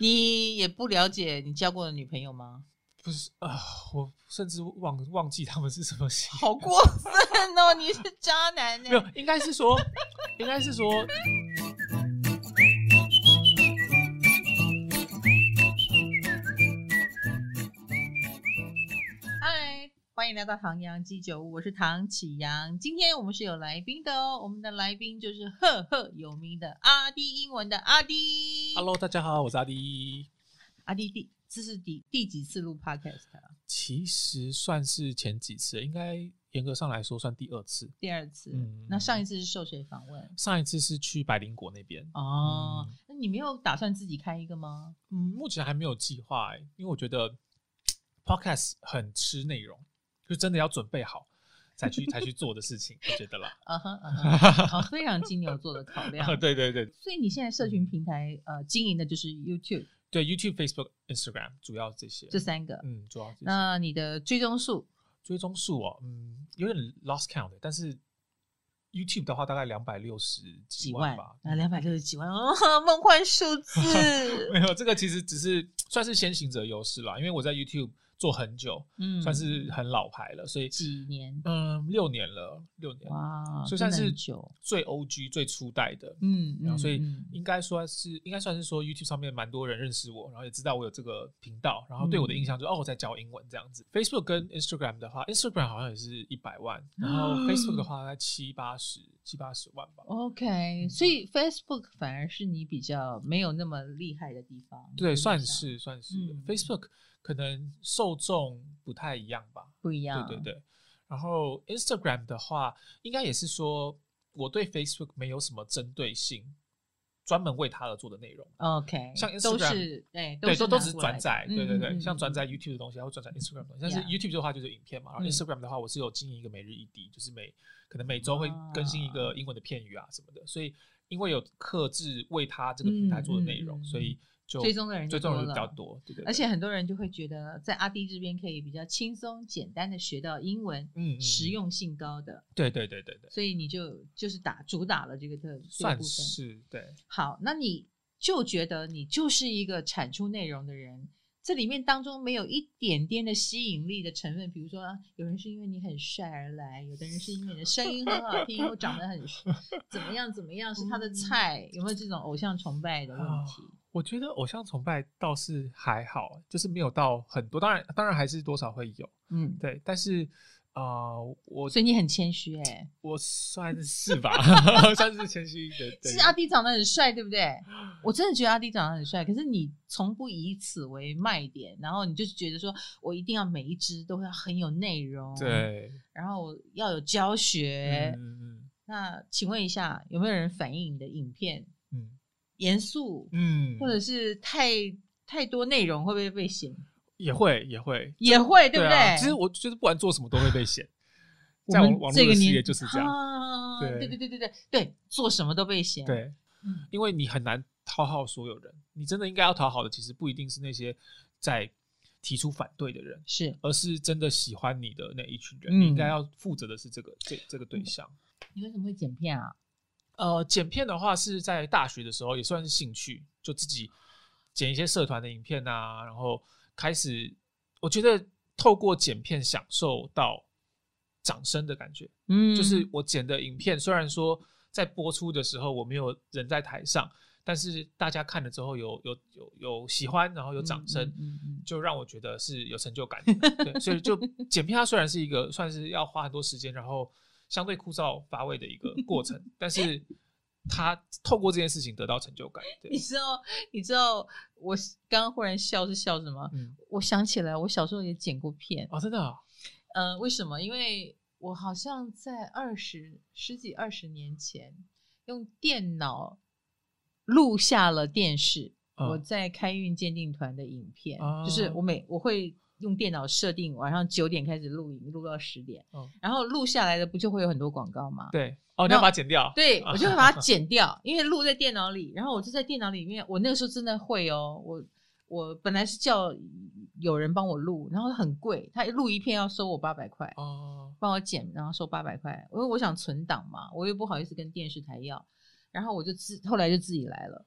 你也不了解你交过的女朋友吗？不是啊、我甚至忘忘记他们是什么星。 好过分哦！你是渣男呢没有，应该是说， 应该是说，嗨，欢迎来到唐阳鸡酒屋，我是唐启阳。今天我们是有来宾的哦，我们的来宾就是赫赫有名的阿弟，英文的阿弟。 Hello，大家好，我是阿迪。阿弟第这是第第几次录 podcast 啊？其实算是前几次，应该严格上来说算第二次。第二次。嗯那上一次是受谁访问？上一次是去百灵果那边，哦，嗯那你没有打算自己开一个吗？嗯，目前还没有计划、欸，因为我觉得 podcast 很吃内容，就真的要准备好才 去才去做的事情，我觉得啦。嗯哼嗯 哼，好，非常金牛座的考量。对对对所以你现在社群平台呃经营的就是 YouTube 对，YouTube、Facebook、Instagram 主要这些，这三个。嗯，主要这些。那你的追踪数追踪数哦，嗯，有点 lost count，但是 YouTube 的话大概两百六十几几万吧。啊，两百六十几万哦， 梦幻数字。 没有，这个其实只是算是先行者优势啦，因为我在 YouTube 做很久，嗯，算是很老牌了，所以几年嗯，六年了，六年，哇，所以真算的是很久。最 OG 最初代的。嗯然嗯，后所以嗯应该说是，应该算是说 YouTube 上面蛮多人认识我，然后也知道我有这个频道，然后对嗯我的印象就是、哦我在教英文这样子。Facebook 跟 Instagram 的话，Instagram 好像也是一百万，然后啊 Facebook 的话大概七八十、七八十万吧。嗯 OK，所以 Facebook 反而是你比较没有那么厉害的地方。对，印算象是算是、嗯 Facebook 可能受众不太一样吧。不一样。对对对。然后 Instagram 的话，应该也是说我对 Facebook 没有什么针对性，专门为它而做的内容。 OK，像都 Instagram，是对，对，是都都拿只过转来的载，对对对，像转。嗯嗯嗯嗯载 YouTube 的东西，还会转载 Instagram 的东西。但是 Yeah YouTube 的话就是影片嘛，然后嗯 Instagram 的话，我是有经营一个每日一滴，就是每可能每周会更新一个英文的片语啊什么的。所以因为有克制为它这个平台做的内容，嗯嗯嗯所以就追踪的人就追踪的人多比较了多，对对。对而且很多人就会觉得，在阿弟这边可以比较轻松简单的学到英文，嗯，嗯实，嗯用性高的，对对对对对，所以你就就是打主打了这个特这个算部分。是对。好，那你就觉得你就是一个产出内容的人，这里面当中没有一点点的吸引力的成分，比如说、啊有人是因为你很帅而来，有的人是因为你的声音很好听，或长得很怎么样怎么样是他嗯的菜，有没有这种偶像崇拜的问题？我觉得偶像崇拜倒是还好，就是没有到很多，当然当然还是多少会有，嗯，对，但是啊，我所以你很谦虚哎。我算是吧， 算是谦虚的。对是阿啊弟长得很帅，对不对？我真的觉得阿弟长得很帅，可是你从不以此为卖点，然后你就是觉得说我一定要每一支都要很有内容，，对，然后要有教学。嗯那请问一下，有没有人反映你的影片嗯严肃，嗯，或者是太太多内容会不会被嫌？也会也会，也会，不啊对？其实我觉得不管做什么都会被嫌，我在们网网络这个的世年界就是这样。啊对对对对对对对，做什么都被嫌。，对，嗯因为你很难讨好所有人，你真的应该要讨好的，其实不一定是那些在提出反对的人。是。而是真的喜欢你的那一群人，嗯你应该要负责的是这个这这个对象。你为什么会剪片啊？呃，剪片的话是在大学的时候也算是兴趣，就自己剪一些社团的影片啊，然后开始我觉得透过剪片享受到掌声的感觉，嗯就是我剪的影片虽然说在播出的时候我没有人在台上，但是大家看了之后有有有有喜欢，然后有掌声，嗯嗯嗯嗯就让我觉得是有成就感的。对，所 以就剪片它虽然是一个算是要花很多时间，然后相对枯燥乏味的一个过 程，但是他透过这件事情得到成就感。你 对，知道，你知道我是刚刚忽然笑是笑什么？嗯，我想起来，我小时候也剪过片。哦，真的啊、呃，为什么？因为我好像在二十十几二十年前用电脑录下了电视。嗯我在开运鉴定团的影片，哦就是我每我会用电脑设定晚上九点开始录影，录到十点，嗯然后录下来的不就会有很多广告吗？对，哦，你那要把它剪掉， 对，啊我就会把它剪掉，因为录在电脑里，然后我就在电脑里面，我那个时候真的会哦，我我本来是叫有人帮我录，然后很贵，他录一片要收我八百块，哦，帮我剪，然后收八百块，因为我想存档嘛，我又不好意思跟电视台要，然后我就自后来就自己来了。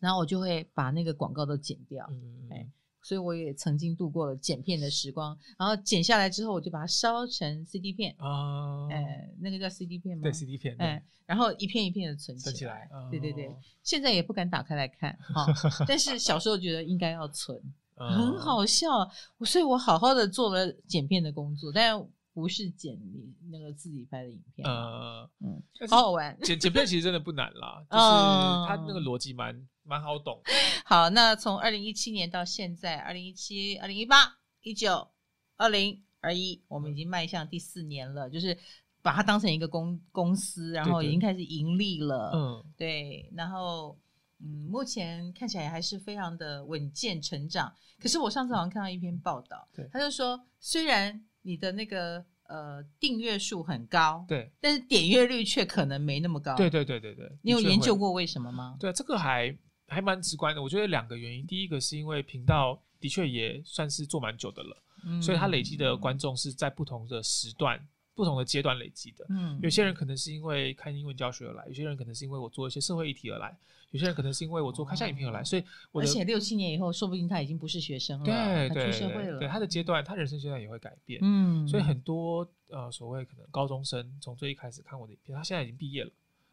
然后我就会把那个广告都剪掉。嗯嗯嗯哎，所以我也曾经度过了剪片的时光，然后剪下来之后，我就把它烧成 CD 片，啊，呃，那个叫 CD 片吗？对 CD 片，哎、对然后一片一片的存存起起来，对对对哦，现在也不敢打开来 看哈、但是小时候觉得应该要存，嗯很，好笑，我所以我好好的做了剪片的工作，但不是剪你那个自己拍的影片，呃，嗯，但是好好玩。 剪剪片其实真的不难啦，就是嗯它那个逻辑蛮蛮好懂。好，那从二零一七年到现在，二零一七、二零一八、一九、二零、二一，我们已经迈向第四年了，就是把它当成一个公公司，然后对已经开始盈利了。嗯，对，然后嗯，目前看起来还是非常的稳健成长。可是我上次好像看到一篇报道对，他就说，虽然你的那个呃订阅数很高，对，但是点阅率却可能没那么高。对，对对对对，啊你有的确研究会？过为什么吗？对，这个还还蛮直观的。我觉得两个原因，第一个是因为频道的确也算是做蛮久的了，嗯所以它累积的观众是在不同的时段、不同的阶段累积的。嗯有些人可能是因为看英文教学而来，有些人可能是因为我做一些社会议题而来，有些人可能是因为我哦做开箱影片而来，所以我而的且六七年以后，说不定他已经不是学生了，对他对出社会对了，对，他的阶段，他人生阶段也会改变。嗯，所以很多呃所谓可能高中生从最一开始看我的影片，他现在已经毕业了，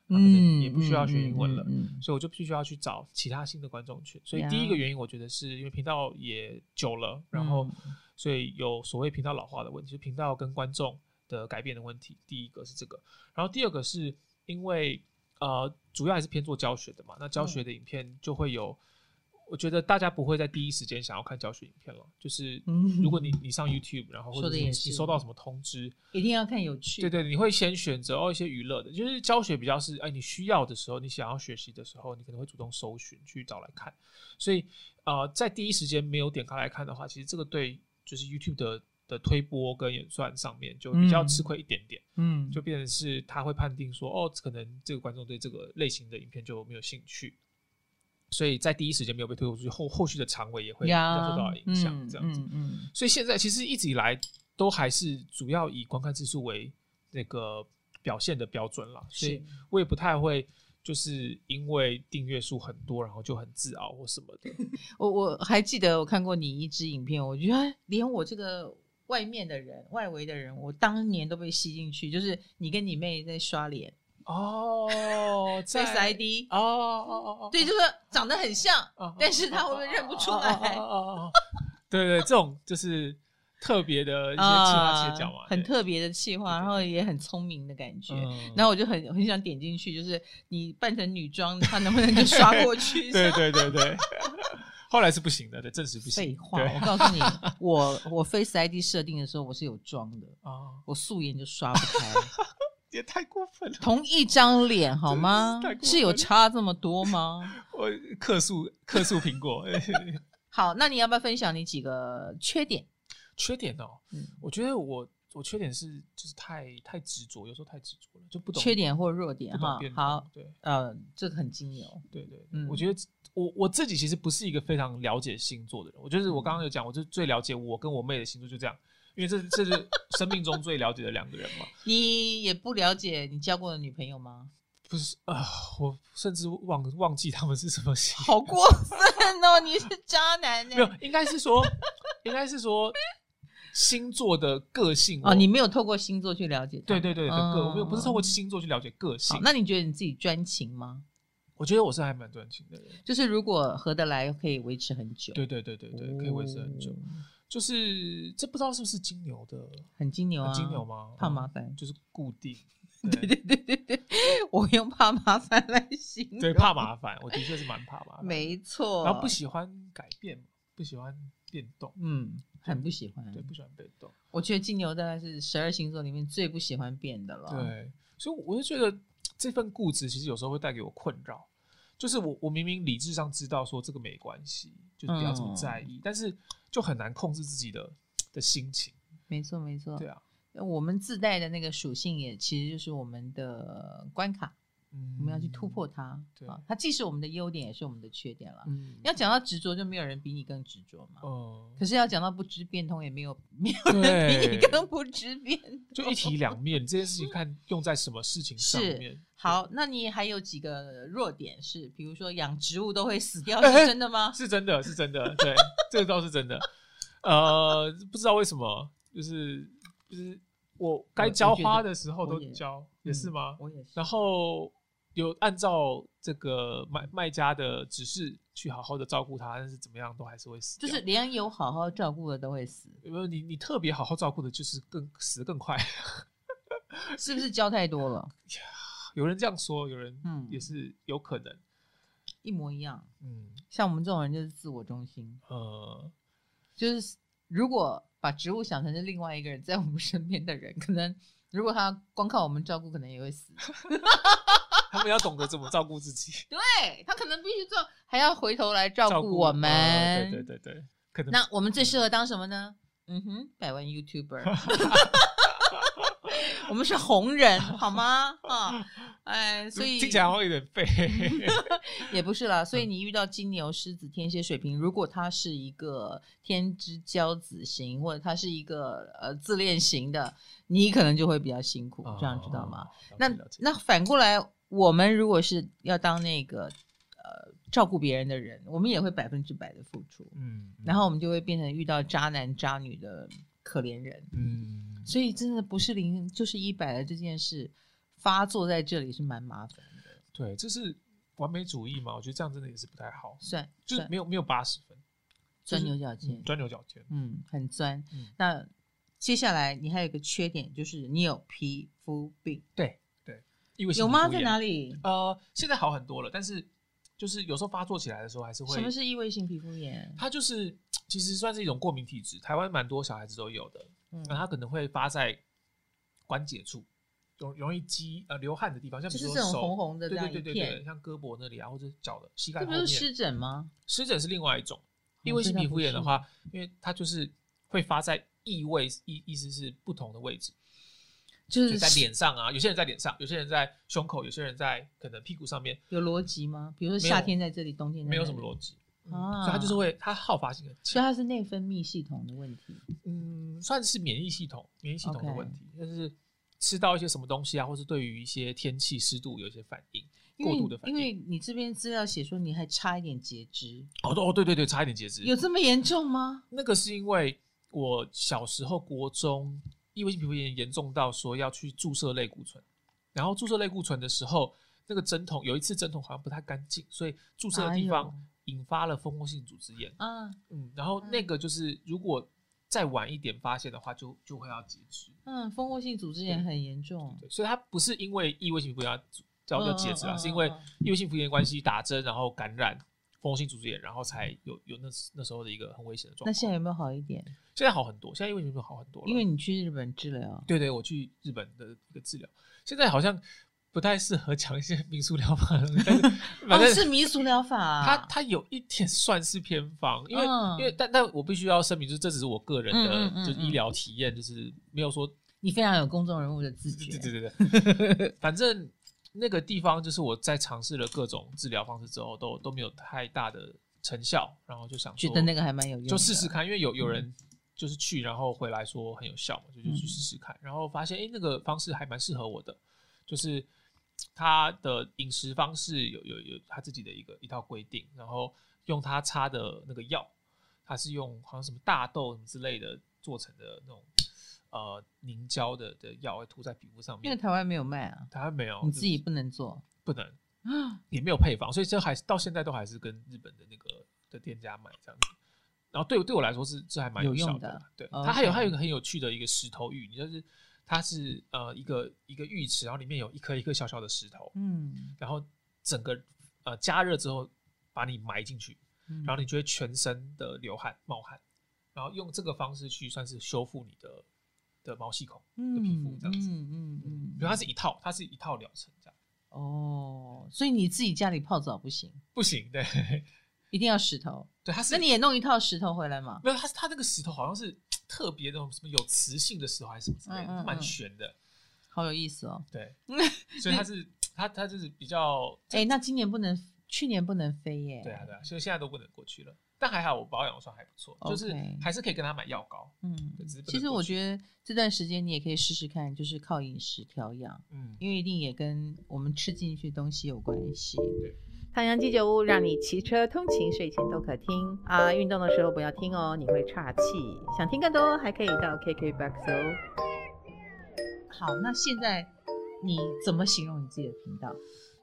他可能嗯也不需要学英文了，嗯嗯嗯所以我就必须要去找其他新的观众群。所以呀第一个原因，我觉得是因为频道也久了，然后嗯所以有所谓频道老化的问题，就频道跟观众的改变的问题。第一个是这个，然后第二个是因为呃主要还是偏做教学的嘛，那教嗯学的影片就会有。我觉得大家不会在第一时间想要看教学影片了，就是嗯如果你你上 YouTube，然后或说者得是你也你是收到什么通知，一定要看有趣，对对，你会先选择哦一些娱乐的，就是教学比较是哎你需要的时候，你想要学习的时候，你可能会主动搜寻去找来看。所以呃，在第一时间没有点开来看的话，其实这个对就是 YouTube 的的推播跟演算上面就比较吃亏一点点，嗯，就变成是他会判定说哦，可能这个观众对这个类型的影片就没有兴趣。所以在第一时间没有被推播出去，后后续的长尾也会比较呀受到影响，嗯这样子。嗯嗯所以现在其实一直以来都还是主要以观看次数为那个表现的标准啦，所以是我也不太会就是因为订阅数很多，然后就很自傲或什么的。我我还记得我看过你一支影片，我觉得连我这个外面的人、外围的人，我当年都被吸进去，就是你跟你妹在刷脸哦，在，Face ID，哦哦哦哦，对，就是长得很像，哦，但是他会不会认不出来哦哦哦哦哦哦对对，这种就是特别的一些切啊花切角嘛，很对。特别的气话，对对对然后也很聪明的感觉。嗯然后我就很很想点进去，就是你扮成女装，他能不能就刷过 去？对对对对，后来是不行的，对，证实不行。废话，对我告诉你，我我 Face ID 设定的时候我是有装的，哦，我素颜就刷不开。也太过分了。同一张脸好吗真是太过？分了是有差这么多 吗？我呃客诉客诉苹果，好，那你要不要分享你几个缺点？ 缺点哦，嗯，我觉得我我缺点是就是太太执着，有时候太执着了，就不懂缺点或弱不点懂哈变。通好，，对呃，这个很精油。对对，对嗯我觉得我我自己其实不是一个非常了解星座的人，我就是我刚刚有讲，我就最了解我跟我妹的星座就这样，因为这 这是生命中最了解的两个人嘛，你也不了解你交过的女朋友 吗？不是啊、我甚至忘忘记他们是什么星， 好过分哦！你是渣男呢欸没？有，应该是说应该是说星座的个性哦，我你没有透过星座去了解他对。对对的个，我没有不是透过嗯星座去了解个性好，，那你觉得你自己专情吗？我觉得我是还蛮专情的人。就是如果合得来，可以维持很久。对对对对对，可以维持很久。哦，就是这不知道是不是金牛的，很金牛啊，金牛？吗？怕嗯麻烦就是固 定。对对对对对， 我用怕麻烦来形容。对，怕麻烦，我的确是蛮怕麻烦。，没错，然后不喜欢改变嘛，不喜欢变动，嗯，很不喜欢。对，不喜欢被动，我觉得金牛大概是十二星座里面最不喜欢变的了。，对。所以我就觉得这份固执其实有时候会带给我困扰，就是我我明明理智上知道说这个没关系，就不要这么嗯在意，但是就很难控制自己的的心情。没错没错。对啊，我们自带的那个属性也其实就是我们的关卡，嗯我们要去突破它。对啊，它既是我们的优点，也是我们的缺点了。嗯要讲到执着，就没有人比你更执着嘛。哦，可是要讲到不知变通，也没有没有比对你，更不知变通。就一体两面，这件事情看用在什么事情上是面。好，那你还有几个弱点是，比如说养植物都会死 掉，哎是真的吗？是真的，是真的，对，这个倒是真的。呃，不知道为什么，就是就是我该浇花的时候都我也嗯浇， 也是吗？我也是。然后有按照这个卖卖家的指示去好好的照顾它，但是怎么样都还是会死 就掉。是连有好好照顾的都会死，有没有你你特别好好照顾的，就是更死得更快。 是不是教太多了？有人这样说，有人嗯也是有可能。一模一样。嗯像我们这种人就是自我中心，呃，就是如果把植物想成是另外一个人在我们身边的人，可能如果他光靠我们照顾，可能也会死。他们要懂得怎么照顾自己，对他可能必须做，还要回头来照照顾我们。呃对对对对，可能那我们最适合当什么 呢？嗯哼，百万 YouTuber，我们是红人好 吗？啊，哎，所以听起来好嗯像有点废。也不是啦。所以你遇到金牛、狮子、天蝎、水瓶，如果他是一个天之骄子型，或者他是一个呃自恋型的，你可能就会比较辛苦， 这样知道吗？哦？那了解了解那反过来，我们如果是要当那个呃照顾别人的人，我们也会百分之百的付出。嗯，嗯然后我们就会变成遇到渣男渣女的可怜人。嗯，所以真的不是零就是一百的这件事发作在这里是蛮麻烦的，对，这是完美主义嘛？我觉得这样真的也是不太好，算就是算没有没有八十分，钻就是牛角尖嗯，钻牛角尖。嗯，很钻。嗯那接下来你还有一个缺点，就是你有皮肤病，对对，因为有吗？在哪里？里？呃，现在好很多了，但是就是有时候发作起来的时候还是会什么是异位性皮肤炎？它就是其实算是一种过敏体质，台湾蛮多小孩子都有的。嗯，那它可能会发在关节处，容容易积呃流汗的地方，像就比是如这说种手，红红的这对样对一对对对，片，像胳膊那里啊，或者脚的膝盖这后不面。是哦湿疹吗？湿疹是另外一种，异位性皮肤炎的话，因为它就是会发在异位意意思是不同的位置，就就是在脸上啊，有些人在脸上，有些人在胸口，有些人在可能屁股上面，有逻辑吗？比如说夏天在这里，冬天在没有那什么里逻辑。嗯啊所以它就是会，它好发性很所以强，它是内分泌系统的问题。嗯，算是免疫系统，免疫系统的 OK 问题，但是吃到一些什么东西啊，或是对于一些天气湿度有一些反应，因过为度的反因为应。你这边资料写说你还差一点截肢，哦，对哦，对对对，差一点截肢。有这么严重吗？那个是因为我小时候国中异位性皮肤炎严重到说要去注射类固醇，然后注射类固醇的时候，那个针筒有一次针筒好像不太干净，所以注射的地哎呦方引发了蜂窝性组织炎。啊，嗯，然后那个就是如果再晚一点发现的话，就就会要截肢。嗯，蜂窝性组织炎很严重，对，所以它不是因为异位性皮肤炎要要截嗯肢嗯啊，嗯是因为嗯异位性皮肤炎关系打针，然后感染蜂窝性组织炎，然后才有有那那时候的一个很危险的状那况。现在有没有好一点？现在好很多，现在异位性皮肤炎好很多了，因为你去日本治疗，对对，我去日本的一个治疗，现在好像不太适合讲一些民俗疗法的 东西，但是反哦，正是民俗疗法啊，它它有一点算是偏方，因为、嗯因为但但我必须要声明，就是这只是我个人的，嗯嗯嗯就是医疗体验，就是没有说你非常有公众人物的自觉，对对对对对， 反正那个地方就是我在尝试了各种治疗方式之后，都都没有太大的成效，然后就想觉说得那个还蛮有用嗯的，就试试看，因为有有人就是去，然后回来说很有效嘛，就就去试嗯试看，然后发现哎、诶那个方式还蛮适合我的，就是他的饮食方式有有有他自己的一个一套规定，然后用他擦的那个药，他是用好像什么大豆什么之类的做成的那种呃凝胶的的药，会涂在皮肤上因为面。台湾没有卖啊，台湾没有，你自己就是不能做不能，啊，也没有配方，所以这还是到现在都还是跟日本的那个的店家买这样子。然后对对我来说是这还蛮有效用的的哦啦，对 OK 它还有还有一个很有趣的一个石头浴，就是它是呃一个一个浴池，然后里面有一颗一颗小小的石头，嗯，然后整个呃加热之后把你埋进去，嗯然后你就会全身的流汗冒汗，然后用这个方式去算是修复你的的毛细孔的皮肤嗯这样子。嗯嗯嗯比如嗯，它是一套，它是一套疗程这样，哦，所以你自己家里泡澡不行，不行，对 一定要石头，对，它是那你也弄一套石头回来嘛？没有，它它那个石头好像是特别那种什么有磁性的石头还是什么之类嗯嗯的，嗯蛮悬的。 好有意思哦。对，所以它是他他就是比较，哎、那今年不能，去年不能飞耶。对啊对啊，所以现在都不能过去了。但还好我保养算还不错，就是 OK 还是可以跟他买药膏。嗯对只是，不其能实过我去觉得这段时间你也可以试试看，就是靠饮食调养，嗯，因为一定也跟我们吃进去的东西有关系。唐阳鸡酒屋让你骑车通勤睡前都可听啊，运动的时候不要听哦，你会岔气。想听更多，还可以到 KKBOX 哦。好，那现在你怎么形容你自己的频道？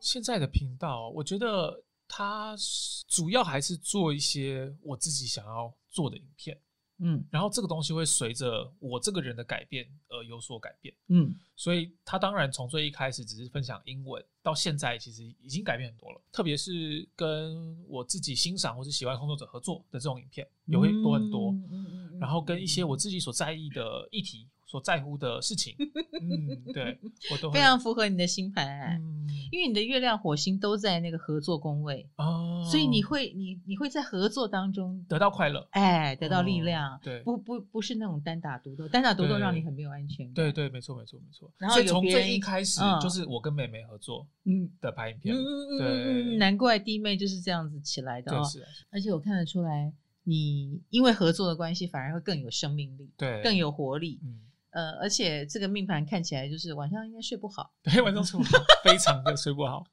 现在的频道，我觉得它是主要还是做一些我自己想要做的影片，嗯然后这个东西会随着我这个人的改变而有所改变。嗯所以他当然从最一开始只是分享英文，到现在其实已经改变很多了。特别是跟我自己欣赏或是喜欢的工作者合作的这种影片，也会多很多。嗯嗯嗯嗯然后跟一些我自己所在意的议题、所在乎的 事情，嗯，对我都会非常符合你的星盘、啊嗯因为你的月亮、火星都在那个合作宫位，哦，所以你会你你会在合作当中，得到快乐，哎，得到力哦量。对不不不是那种单打独斗，单打独斗让对你很没有安全感。对，对，没错没错没错。然后所以有从别人最一开始嗯就是我跟妹妹合作嗯的拍影片嗯嘛，嗯嗯嗯对嗯，难怪弟妹就是这样子起来的对哦。是啊，而且我看得出来，你因为合作的关系，反而会更有生命力，对，更有活力。嗯，呃，而且这个命盘看起来就是晚上应该睡不好。对，晚上睡不好， 非常的睡不好。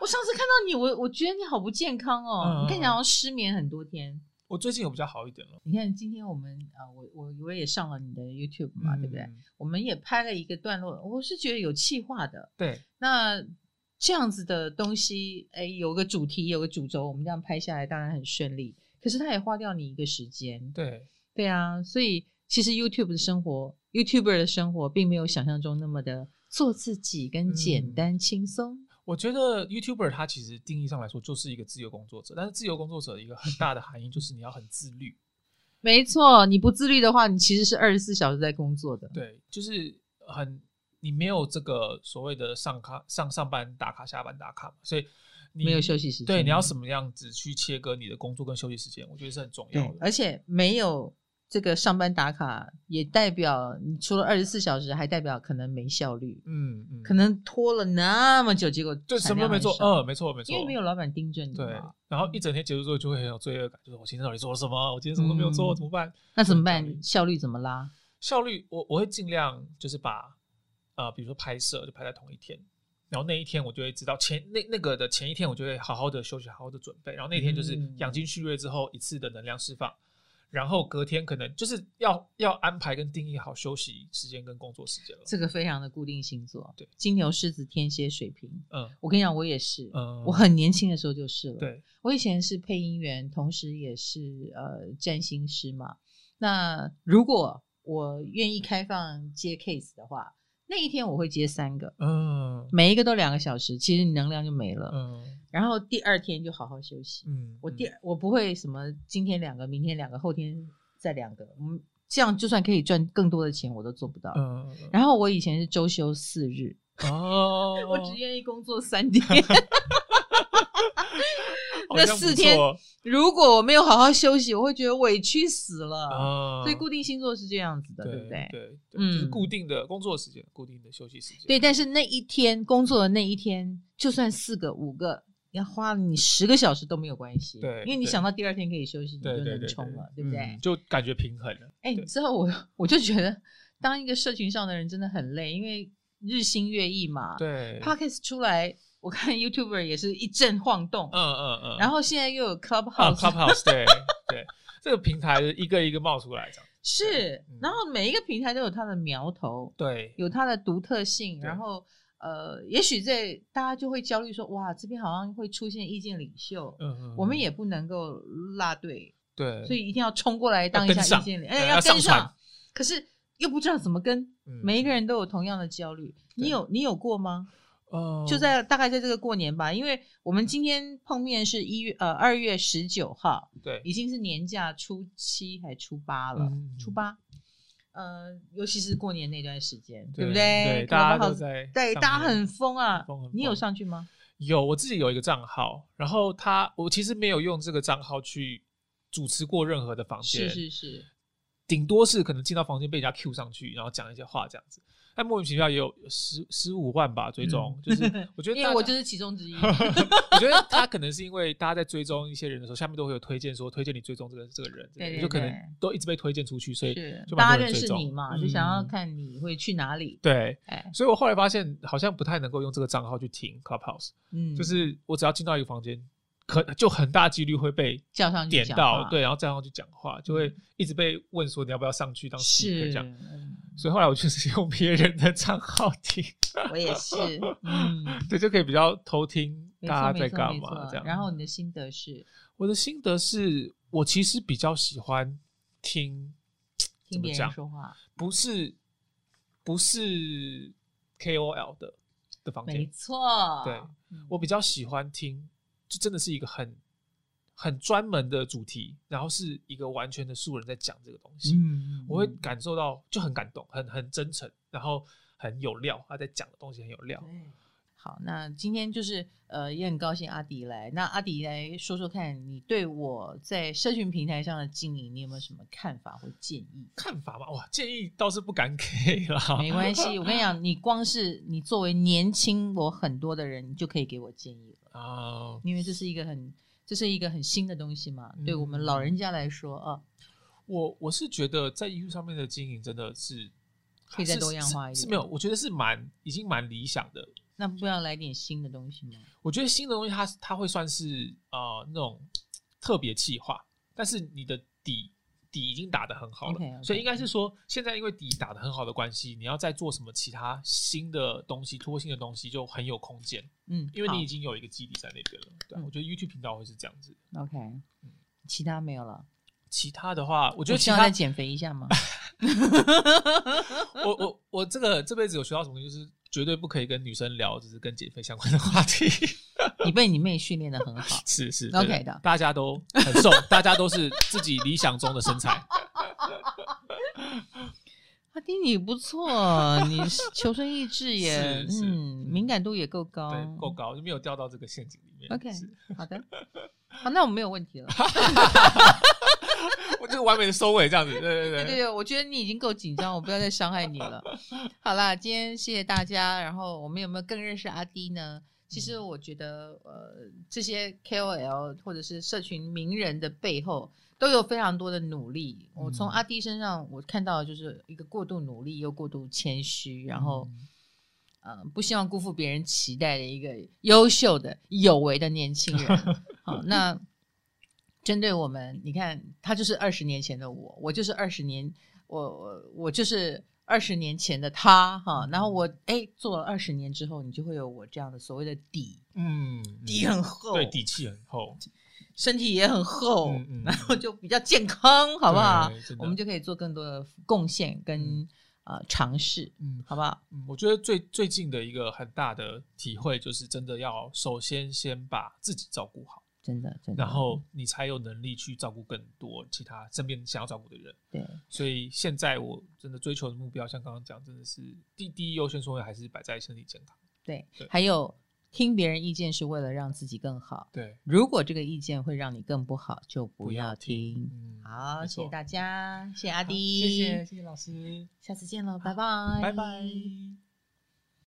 我上次看到你，我我觉得你好不健康哦，嗯嗯你看起来嗯好像失眠很多天。我最近有比较好一点了，你看今天我们啊、呃我我我也上了你的 YouTube 嘛，对不对？嗯？我们也拍了一个段落，我是觉得有气化的。对，那这样子的东西，哎，有个主题，有个主轴，我们这样拍下来当然很顺利。可是它也花掉你一个时间，对，对啊，所以其实 YouTube 的生活，YouTuber 的生活，并没有想象中那么的做自己跟简嗯单轻松。我觉得 YouTuber 他其实定义上来说就是一个自由工作者，但是自由工作者一个很大的含义就是你要很自律，没错，你不自律的话，你其实是二十四小时在工作的。对，就是很你没有这个所谓的上卡上上班打卡、下班打卡嘛，所以你没有休息时间对，你要什么样子去切割你的工作跟休息时间，我觉得是很重要对，的。而且没有这个上班打卡，也代表你除了二十四小时，还代表可能没效率，嗯嗯，可能拖了那么久，结果对什产么都量没很做，少嗯，没错没错，因为没有老板盯着你对嘛，，嗯然后一整天结束之后就会很有罪恶感，就是我今天到底做了什么？我今天什么都没有做，嗯怎么办？那怎么效率办？效率怎么拉？效率，我我会尽量就是把呃，比如说拍摄就拍在同一天，然后那一天我就会知道前那那个的前一天，我就会好好的休息，好好的准备，然后那天就是嗯养精蓄锐之后一次的能量释放，然后隔天可能就是要要安排跟定义好休息时间跟工作时间了。这个非常的固定星座，对，金牛、狮子、天蝎、水瓶。嗯我跟你讲，我也是，嗯，我很年轻的时候就是了。，对，我以前是配音员，同时也是呃占星师嘛。那如果我愿意开放接 case 的话，那一天我会接三个，嗯每一个都两个小时，其实你能量就没了。嗯然后第二天就好好休息。嗯，我第嗯我不会什么今天两个，明天两个，后天再两个，嗯，这样就算可以赚更多的钱，我都做不到。嗯嗯然后我以前是周休四日，嗯哦 ，我只愿意工作三天。 好那像不四天错如果我没有好好休息，我会觉得委屈死了。啊，所以固定星座是这样子的，对对不对？对，就是嗯固定的工作时间、固定的休息时间。对，但是那一天工作的那一天，就算四个、五个，要花你十个小时都没有关系。对因为你对想到第二天可以休息，你对就对能对，冲了，对不对嗯？就感觉平衡了。哎，你知道我，我就觉得当一个社群上的人真的很累，因为日新月异嘛。对， ，Podcast 出来，我看 YouTuber 也是一阵晃动，嗯嗯嗯，然后现在又有啊 Clubhouse，、 ，Clubhouse，对对，这个平台一个一个冒出来这样。是嗯，然后每一个平台都有它的苗头，对，有它的独特性，对然后呃，也许在大家就会焦虑说，哇，这边好像会出现意见领袖，嗯嗯，我们嗯也不能够落队，对，所以一定要冲过来当一跟下上意见领，对哎，要上跟船上，可是又不知道怎么跟，嗯每一个人都有同样的焦虑，你对有你有过吗？哦就在大概在这个过年吧，因为我们今天碰面是一月呃二月十九号，对已经是年假初七还初八了，嗯初八。呃，尤其是过年那段时间，对不对，大家都 Clubhouse- 在对上大家面很疯啊很疯很！你有疯上去吗？有，我自己有一个账号，然后他我其实没有用这个账号去主持过任何的房间，是是是，顶多是可能进到房间被人家 Q 上去，然后讲一些话这样子。但莫名其妙也有十十五万吧追踪，就是我觉得嗯因大为家我就是其中之 一。我觉得他可能是因为大家在追踪一些人的时候，下面都会有推荐说推荐你追踪这个这个人，对对你就可能对都一直被推荐出去，所以是就蛮大多家人认追识踪你嘛，嗯就想要看你会去哪里。对。哎，所以我后来发现好像不太能够用这个账号去听 Clubhouse，、嗯，就是我只要进到一个房间，可就很大几率会被叫上去嗯点讲到，话嗯对，然后再上去讲话，就会一直被问说你要不要上去当 speaker 是这样。，嗯所以后来我就是 用别人的账号听，我也 是，嗯，对，就可以比较偷听没错大家在没错干没嘛错这样。然后你的心得是我的心得是我其实比较喜欢听，听怎么别人讲？说话，不是不是 KOL 的的房没间，错，对嗯，我比较喜欢听，就真的是一个很很专门的主题，然后是一个完全的素人在讲这个东西，嗯，我会嗯感受到就很感动，很很真诚，然后很有料，他在讲的东西很有料。对好，那今天就是呃，也很高兴阿迪来。那阿迪来说说看，你对我在社群平台上的经营，你有没有什么看法或建议？看法嘛，哇，建议倒是不敢 给啦，没关系，我跟你讲，你光是你作为年轻我很多的人，你就可以给我建议了， 啊。因为这是一个很这是一个很新的东西嘛，对我们嗯老人家来说啊，我我是觉得在 YouTube 上面的经营真的是可以再是多样化一是，是点没有，我觉得是蛮已经蛮理想的。那不要来点新的东西吗？我觉得新的东西它它会算是呃那种特别企划，但是你的底底已经打得很好了 OK，OK 嗯所以应该是说现在因为底打得很好的关系，你要再做什么其他新的东西、突破性的东西就很有空间，嗯，因为好你已经有一个基底在那边了。对啊、嗯我觉得 YouTube 频道会是这样子。 OK，其他没有了。其他的话，我我觉得其需要他再减肥一下吗？我我我这个这辈子有学到什么，就是绝对不可以跟女生聊，就是跟减肥相关的话题。，你被你妹训练的很好是是 OK 对的大家都很瘦，大家都是自己理想中的身材。阿迪你不错，你是求生意志也是是嗯，敏感度也够高，对，够。高就没有掉到这个陷阱里面。 OK 是好的，好，那我没有问 题了。我这个完美的收尾这样子，对对对对对对，我觉得你已经够紧张，我不要再伤害你 了。好啦，今天谢谢大家。然后我们有没有更认识阿迪呢？其实我觉得，呃，这些 KOL 或者是社群名人的背后，都有非常多的努力。我从嗯阿迪身上，我看到的就是一个过度努力又过度谦虚，然后，嗯、呃，不希望辜负别人期待的一个优秀的、有为的年轻人。好，那针对我们，你看，他就是二十年前的我，我就是二十年，我我我就是二十年前的他嗯哈。然后我哎做了二十年之后，你就会有我这样的所谓的底，嗯，底很厚，对，底气很厚，身体也很厚，嗯嗯然后就比较健康，好不好对？真的我们就可以做更多的贡献跟嗯呃尝试，嗯好不好？嗯，我觉得最最近的一个很大的体会就是，真的要首先先把自己照顾好，真的，真的。然后你才有能力去照顾更多其他身边想要照顾的人。对，所以现在我真的追求的目标，像刚刚讲，真的是第第一优先顺位还是摆在身体健康。对，对还有听别人意见是为了让自己更好。对，如果这个意见会让你更不好，就不不要要听。嗯，好，没谢谢错大家，谢谢阿好迪，谢谢，谢谢老师，下次见喽，拜拜，拜拜。